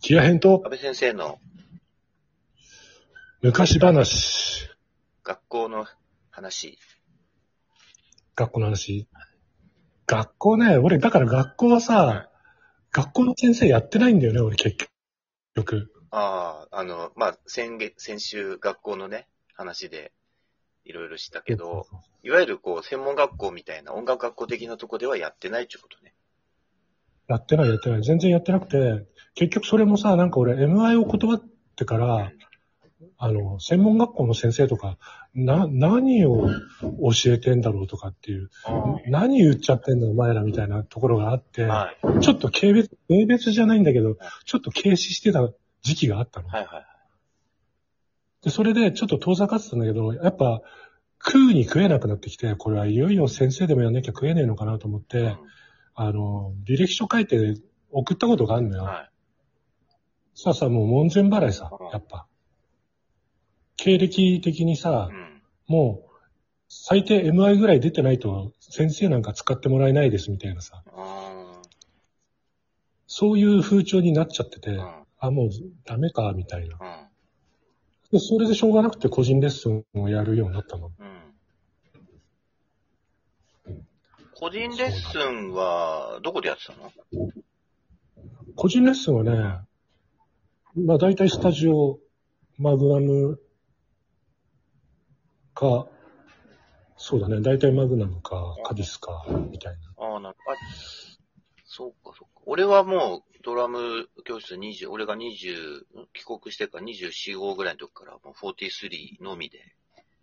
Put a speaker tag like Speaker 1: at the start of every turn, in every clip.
Speaker 1: キア編と
Speaker 2: 安倍先生の
Speaker 1: 昔話、
Speaker 2: 学校の話。
Speaker 1: 学校の話。学校ね、俺、だから学校はさ、学校の先生やってないんだよね、俺、結局。
Speaker 2: ああ、あの、まあ、先月、先週学校のね、話でいろいろしたけど、いわゆるこう、専門学校みたいな音楽学校的なとこではやってないってことね。
Speaker 1: やってない、やってない。全然やってなくて、結局それもさ、なんか俺、MI を断ってから、あの、専門学校の先生とか、な、何を教えてんだろうとかっていう、何言っちゃってんだお前らみたいなところがあって、
Speaker 2: はい。
Speaker 1: ちょっと軽蔑、軽蔑じゃないんだけど、ちょっと軽視してた時期があったの。
Speaker 2: はいはい。
Speaker 1: で、それでちょっと遠ざかってたんだけど、やっぱ、食うに食えなくなってきて、これはいよいよ先生でもやんなきゃ食えねえのかなと思って、あの、履歴書書いて送ったことがあるの
Speaker 2: う
Speaker 1: よ。
Speaker 2: んはい。
Speaker 1: さあさ、もう門前払いさ
Speaker 2: うん、
Speaker 1: やっぱ。経歴的にさ
Speaker 2: う、ん。
Speaker 1: もう、最低 MI ぐらい出てないと、先生なんか使ってもらえないですみたいなさ、
Speaker 2: あ
Speaker 1: そういう風潮になっちゃってて、
Speaker 2: ーうん。
Speaker 1: あ、もうダメか、みたいな。
Speaker 2: う
Speaker 1: で、
Speaker 2: ん。
Speaker 1: それでしょうがなくて個人レッスンをやるようになったの。
Speaker 2: うん。個人レッスンは、どこでやってたの
Speaker 1: 個人レッスンはね、まあ大体スタジオ、マグナムか、そうだね、大体マグナムか、カディスか、みたいな。
Speaker 2: ああ、なんか、あそうか、そうか。俺はもう、ドラム教室20、俺が20、帰国してから24号ぐらいの時から、もう43のみで、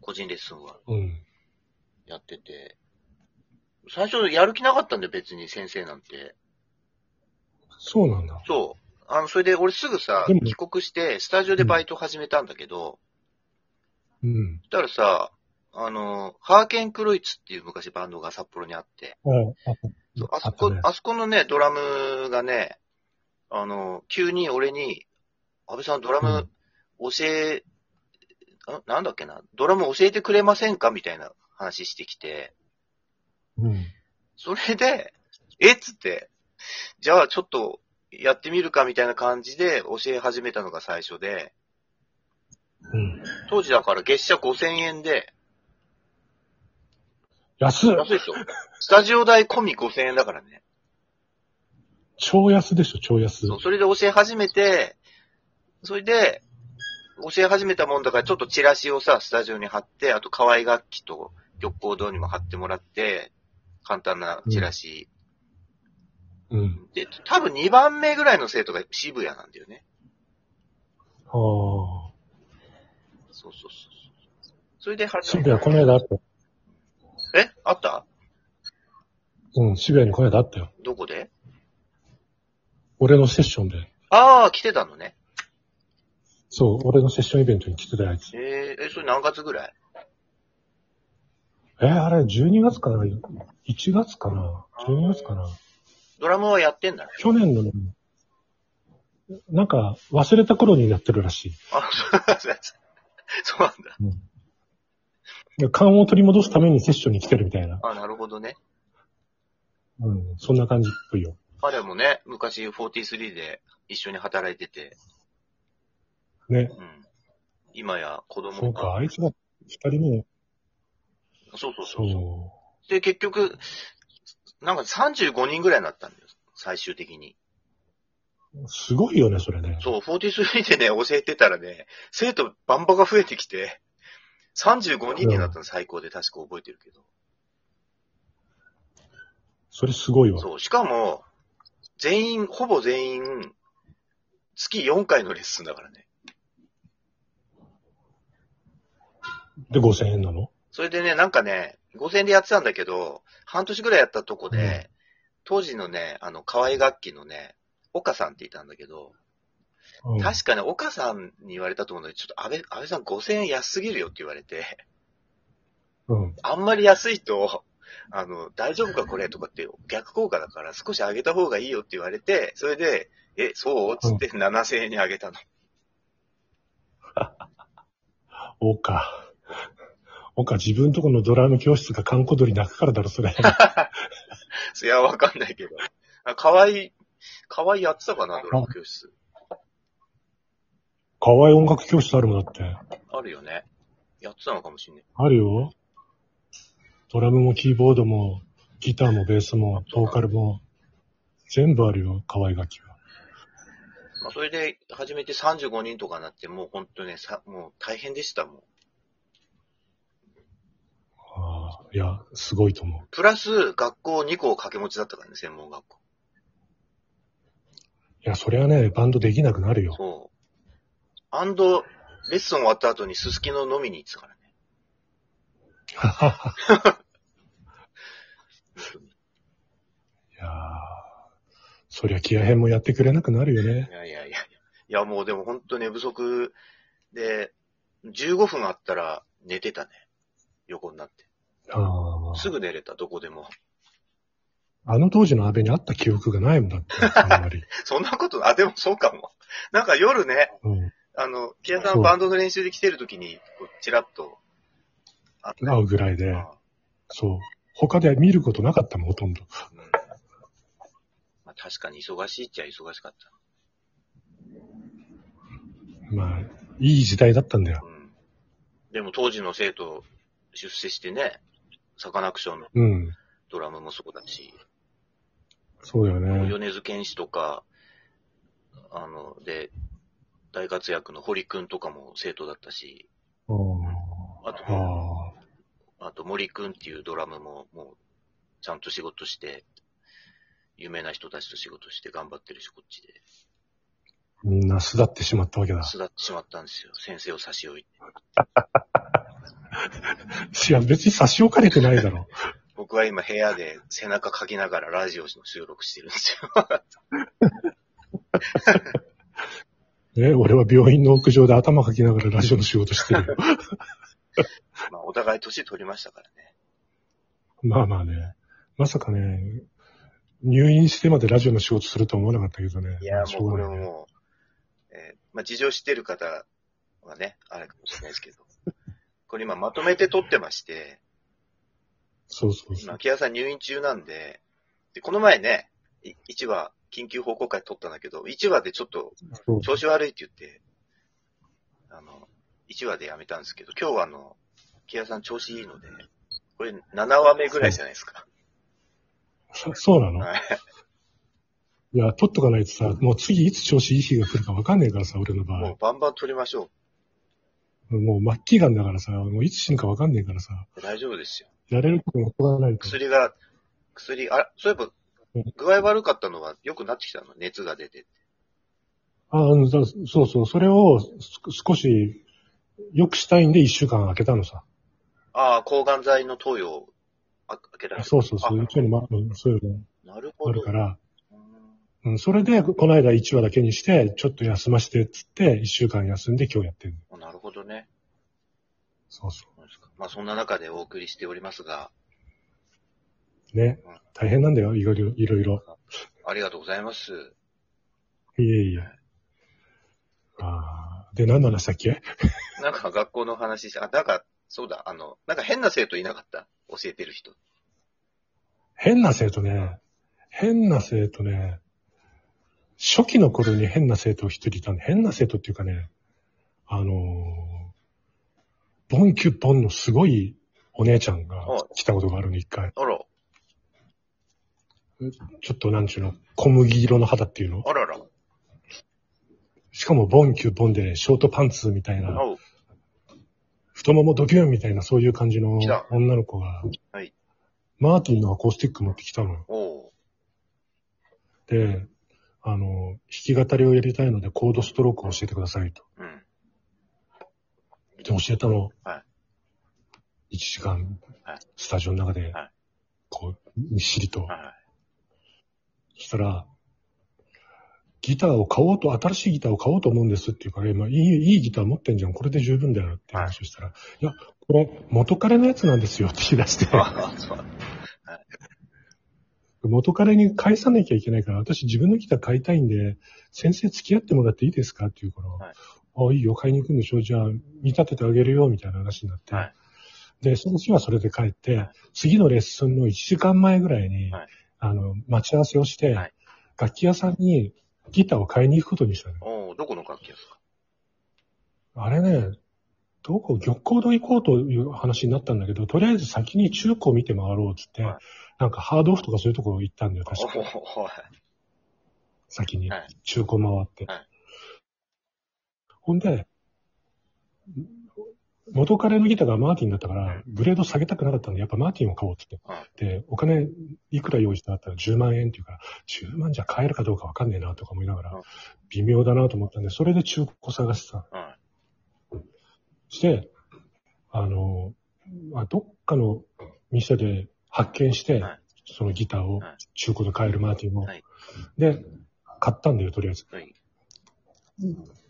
Speaker 2: 個人レッスンは
Speaker 1: うん。
Speaker 2: やってて、最初やる気なかったんで、別に先生なんて。
Speaker 1: そうなんだ。
Speaker 2: そう。あの、それで俺すぐさ
Speaker 1: でも、
Speaker 2: 帰国して、スタジオでバイト始めたんだけど、
Speaker 1: うん。
Speaker 2: だからさ、あの、ハーケンクロイツっていう昔バンドが札幌にあって、
Speaker 1: はい。あ
Speaker 2: そうあ
Speaker 1: あ
Speaker 2: そ
Speaker 1: った
Speaker 2: こ、
Speaker 1: ね。
Speaker 2: あそこのね、ドラムがね、あの、急に俺に、安倍さんドラム教え、あなんだっけな、ドラム教えてくれませんかみたいな話してきて、
Speaker 1: うん。
Speaker 2: それで、えっつって、じゃあちょっとやってみるかみたいな感じで教え始めたのが最初で、
Speaker 1: うん。
Speaker 2: 当時だから月謝5000円で、
Speaker 1: 安っ
Speaker 2: 安いですよ。スタジオ代込み5000円だからね。
Speaker 1: 超安でしょ、超安。
Speaker 2: そう、それで教え始めて、それで、教え始めたもんだから、ちょっとチラシをさ、スタジオに貼って、あと、可愛楽器と玉光堂にも貼ってもらって、簡単なチラシ。
Speaker 1: うん。
Speaker 2: で、多分2番目ぐらいの生徒が渋谷なんだよね。
Speaker 1: ああ。
Speaker 2: そうそうそうそう。それで始
Speaker 1: 渋
Speaker 2: め
Speaker 1: 谷この間あった。
Speaker 2: えあった
Speaker 1: うん、渋谷にこの間あったよ。
Speaker 2: どこで
Speaker 1: 俺のセッションで。
Speaker 2: ああ、来てたのね。
Speaker 1: そう、俺のセッションイベントに来てたやつ。
Speaker 2: えー、え、それ何月ぐらい
Speaker 1: えーあれ、12月かな ?1 月かな ?12 月かな
Speaker 2: ドラムはやってんだね。
Speaker 1: 去年のね、なんか、忘れた頃になってるらしい。
Speaker 2: あ、そう、そうなんだ。
Speaker 1: で勘を取り戻すためにセッションに来てるみたいな。
Speaker 2: あ、なるほどね。
Speaker 1: うん、そんな感じっぽいよ。
Speaker 2: 彼もね、昔43で一緒に働いてて、
Speaker 1: ね。
Speaker 2: うん。今や子供
Speaker 1: そうか、あいつが二人目。
Speaker 2: そうそ
Speaker 1: そ
Speaker 2: うそう
Speaker 1: う。。
Speaker 2: で、結局、なんか35人ぐらいになったんだよ。最終的に。
Speaker 1: すごいよね、それね。
Speaker 2: そう、43でね、教えてたらね、生徒バンバが増えてきて、35人になったの最高で確か覚えてるけど。
Speaker 1: それすごいわ。
Speaker 2: そう、しかも、全員、ほぼ全員、月4回のレッスンだからね。
Speaker 1: で、5000円なの
Speaker 2: それでね、なんかね、5000円でやってたんだけど、半年ぐらいやったとこで、
Speaker 1: うん
Speaker 2: 当時のね、あの、可愛楽器のね、岡さんっていたんだけど、
Speaker 1: うん、
Speaker 2: 確かね、岡さんに言われたと思うんだけど、ちょっと安倍、安倍さん5000円安すぎるよって言われて、
Speaker 1: うん。
Speaker 2: あんまり安いと、あの、大丈夫かこれとかって逆効果だから少し上げた方がいいよって言われて、それで、え、そうつって7000円に上げたの。
Speaker 1: おか。おか、自分とこのドラム教室が観光鳥泣くからだろ、そ れ。
Speaker 2: それはわかんないけど。あ、可愛い、可愛いやってたかな、ドラム教室。
Speaker 1: 河合音楽教室あるもんだって。
Speaker 2: あるよね。やってたのかもしんない。
Speaker 1: あるよ。ドラムもキーボードも、ギターもベースも、ボーカルも、全部あるよ、河合楽器は。
Speaker 2: まあ、それで、初めて35人とかになって、もう本当ね、さ、もう大変でした、もう。
Speaker 1: ああ、いや、すごいと思
Speaker 2: プラス、学校2校掛け持ちだったからね、専門学校。
Speaker 1: う。いや、そりゃね、バンドできなくな るよ。
Speaker 2: そう。アンド、レッスン終わった後にすすきの飲みに行ってたからね。
Speaker 1: いやーそりゃ気合編もやってくれなくなるよね。
Speaker 2: いやいやいや。いや、もうでも本当寝不足で、15分あったら寝てたね。横になって。
Speaker 1: ああ。
Speaker 2: すぐ寝れた、どこでも。
Speaker 1: あの当時の安倍に会った記憶がないもんだって、あんまり。
Speaker 2: そんなこと、あ、でもそうかも。なんか夜ね、
Speaker 1: うん。
Speaker 2: あの、木屋さ
Speaker 1: そ
Speaker 2: ん
Speaker 1: う
Speaker 2: バンドの練習で来てる時に、こうチラッと、あった
Speaker 1: 会うぐらいで、
Speaker 2: あ
Speaker 1: そう。他で見ることなかったもん、ほとんど。
Speaker 2: うんまあ、確かに忙しいっちゃ忙しかっ
Speaker 1: まあ、いい時代だったんだ
Speaker 2: た。
Speaker 1: よ。
Speaker 2: うん。でも当時の生徒出世してね、サカナクションの
Speaker 1: うん。
Speaker 2: ドラムもそうだし、
Speaker 1: そうだよね。
Speaker 2: 米津玄師とか、あの、で、大活躍の堀くんとかも生徒だったし、
Speaker 1: うん
Speaker 2: あと、
Speaker 1: あ
Speaker 2: あと森くんっていうドラムももう、ちゃんと仕事して、有名な人たちと仕事して頑張ってるし、こっちで。
Speaker 1: あ、みんな巣立ってしまったわけだ。
Speaker 2: 巣立ってしまったんですよ。先生を差し置いて。
Speaker 1: いや、別に差し置かれてないだろ。
Speaker 2: 僕は今部屋で背中かきながらラジオの収録してるんです よ。
Speaker 1: ね、俺は病院の屋上で頭かきながらラジオの仕事してるよ。
Speaker 2: まあ、お互い年取りましたからね。
Speaker 1: まあまあね。まさかね、入院してまでラジオの仕事するとは思わなかったけどね。
Speaker 2: いや、
Speaker 1: し
Speaker 2: も
Speaker 1: ょ
Speaker 2: うこ
Speaker 1: が
Speaker 2: れ
Speaker 1: ない
Speaker 2: も
Speaker 1: ね
Speaker 2: もう、えーまあ、事情知ってる方はね、あれかもしれないですけど、これ今まとめて撮ってまして、
Speaker 1: そうそうそ
Speaker 2: 今、
Speaker 1: う。
Speaker 2: 木屋さん入院中なんで、で、この前ね、1話、緊急報告会撮ったんだけど、1話でちょっと
Speaker 1: そう
Speaker 2: 調子悪いって言って、あの、1話でやめたんですけど、今日はあの、木屋さん調子いいので、これ7話目ぐらいじゃないですか。
Speaker 1: そそうなの
Speaker 2: はい
Speaker 1: いや、取っとかないとさ、もう次いつ調子いい日が来るか分かんねえからさ、俺の場
Speaker 2: もう
Speaker 1: 合。
Speaker 2: バンバン撮りましょ
Speaker 1: もう末期がんだからさ、もういつ死ぬか分かんねえからさ、
Speaker 2: う。大丈夫ですよ。
Speaker 1: やれることも取らないと。
Speaker 2: 薬が、薬、あ、そういえば、具合悪かったのは良くなってきたの熱が出て。
Speaker 1: ああの、だそうそう、それをす少し良くしたいんで一週間空けたのさ。
Speaker 2: ああ、抗がん剤の投与をあ開けられ
Speaker 1: あ
Speaker 2: た。
Speaker 1: そうそうそう、
Speaker 2: あ
Speaker 1: うちにも、うんそういうの
Speaker 2: なる
Speaker 1: あ
Speaker 2: ほ
Speaker 1: る
Speaker 2: ど
Speaker 1: か。ら、
Speaker 2: うん
Speaker 1: うん、それでこの間1話だけにして、ちょっと休ませてっつって、一週間休んで今日やってる。
Speaker 2: あなるほどね。
Speaker 1: そうそ
Speaker 2: そうですかまあ、そんな中でお送りしておりますが、
Speaker 1: う。ね
Speaker 2: うん。
Speaker 1: 大変なんだよ、いろいろ、いろいろ。
Speaker 2: ありがとうございます。
Speaker 1: いえいえ。ああ。で、何の話だっけ
Speaker 2: なんか学校の話して、あ、なんか、そうだ、あの、なんか変な生徒いなかった教えてる人。
Speaker 1: 変な生徒ね。変な生徒ね。初期の頃に変な生徒一人いたんで、変な生徒っていうかね、あのーボンキュッボンのすごいお姉ちゃんが来たことがあるの、一回。
Speaker 2: あら、
Speaker 1: ちょっとなんちゅうの、小麦色の肌っていうの。
Speaker 2: あらら。
Speaker 1: しかもボンキュッボンで、ショートパンツみたいな、
Speaker 2: おう
Speaker 1: 太ももドキュンみたいな、そういう感じの
Speaker 2: 来た
Speaker 1: 女の子が、
Speaker 2: はい
Speaker 1: マーティンのアコースティック持ってきたのよ。
Speaker 2: おう
Speaker 1: で、あの、弾き語りをやりたいのでコードストロークを教えてくださいと。
Speaker 2: うん。
Speaker 1: で、教えたの。
Speaker 2: は
Speaker 1: 1時間
Speaker 2: はい、
Speaker 1: スタジオの中で
Speaker 2: はい、
Speaker 1: こう、みっしりと。
Speaker 2: は
Speaker 1: そしたら、ギターを買おうと、新しいギターを買おうと思うんですっていうから、今、いい、いいギター持ってんじゃん。これで十分だよって話をしたら、い、や、これ、元彼のやつなんですよって言い出して
Speaker 2: い。、あ、そう。
Speaker 1: 元彼に返さなきゃいけないから、私自分のギター買いたいんで、先生付き合ってもらっていいですかって言うから、あ、いいよ、買いに行くんでしょじゃあ、見立ててあげるよ、みたいな話になって。
Speaker 2: はい
Speaker 1: で、その日はそれで帰って、
Speaker 2: はい
Speaker 1: 次のレッスンの1時間前ぐらいに、
Speaker 2: はい
Speaker 1: あの、待ち合わせをして、
Speaker 2: はい
Speaker 1: 楽器屋さんにギターを買いに行くことにしたの。
Speaker 2: おうどこの楽器ですか
Speaker 1: あれね、どこ、玉光堂行こうという話になったんだけど、とりあえず先に中古見て回ろうっつって、
Speaker 2: はい
Speaker 1: なんかハードオフとかそういうところ行ったんだよ、確か。
Speaker 2: おはい
Speaker 1: 先に
Speaker 2: はい。
Speaker 1: 中古回って。
Speaker 2: はい
Speaker 1: ほんで、元彼のギターがマーティンだったから、グレード下げたくなかったんで、やっぱマーティンを買おうって言って。で、お金いくら用意してあったら10万円っていうから、10万じゃ買えるかどうかわかんねえなとか思いなが
Speaker 2: う
Speaker 1: ら
Speaker 2: ん、
Speaker 1: 微妙だなと思ったんで、それで中古探してた。
Speaker 2: うん。
Speaker 1: して、あの、まあ、どっかの店で発見して、
Speaker 2: はい
Speaker 1: そのギターを
Speaker 2: はい
Speaker 1: 中古で買えるマーティンを。
Speaker 2: はい
Speaker 1: で、買ったんだよ、とりあえず。
Speaker 2: はい。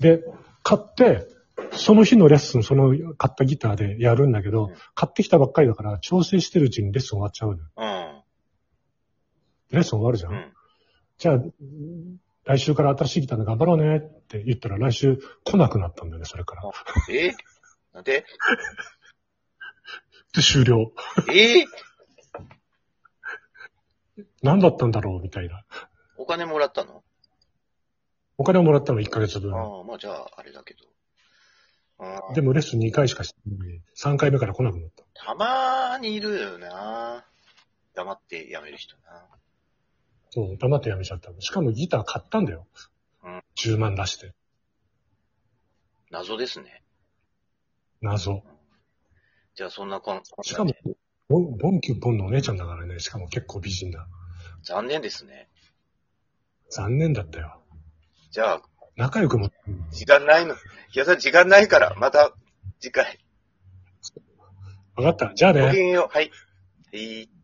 Speaker 1: で、買って、その日のレッスン、その買ったギターでやるんだけど、
Speaker 2: うん
Speaker 1: 買ってきたばっかりだから、調整してるうちにレッスン終わっちゃうのよ。
Speaker 2: うん。
Speaker 1: レッスン終わるじゃん。
Speaker 2: うん。
Speaker 1: じゃあ、来週から新しいギターで頑張ろうねって言ったら、来週来なくなったんだよね、それから。
Speaker 2: えなんで
Speaker 1: で、終了。
Speaker 2: え
Speaker 1: 何だったんだろう、みたいな。
Speaker 2: お金もらったの
Speaker 1: お金をもらったの1ヶ月分。
Speaker 2: ああ、まあじゃあ、あれだけど。ああ
Speaker 1: でもレッスン2回しかしてない。3回目から来なくなった。
Speaker 2: たまーにいるよな。黙って辞める人な。
Speaker 1: そう、黙ってやめちゃった。しかもギター買ったんだよ。
Speaker 2: うん
Speaker 1: 10万出して。
Speaker 2: 謎ですね。
Speaker 1: 謎。
Speaker 2: じゃあ、そんなこん、
Speaker 1: しかも、ボン、ボンキュッボンのお姉ちゃんだからね。しかも結構美人だ。
Speaker 2: 残念ですね。
Speaker 1: 残念だったよ。
Speaker 2: じゃあ、
Speaker 1: 仲良くも、
Speaker 2: 時間ないの。いやさん、時間ないから、また、次回。
Speaker 1: わかった。じゃあ
Speaker 2: ご
Speaker 1: ね
Speaker 2: き。げんよう。はい。はい。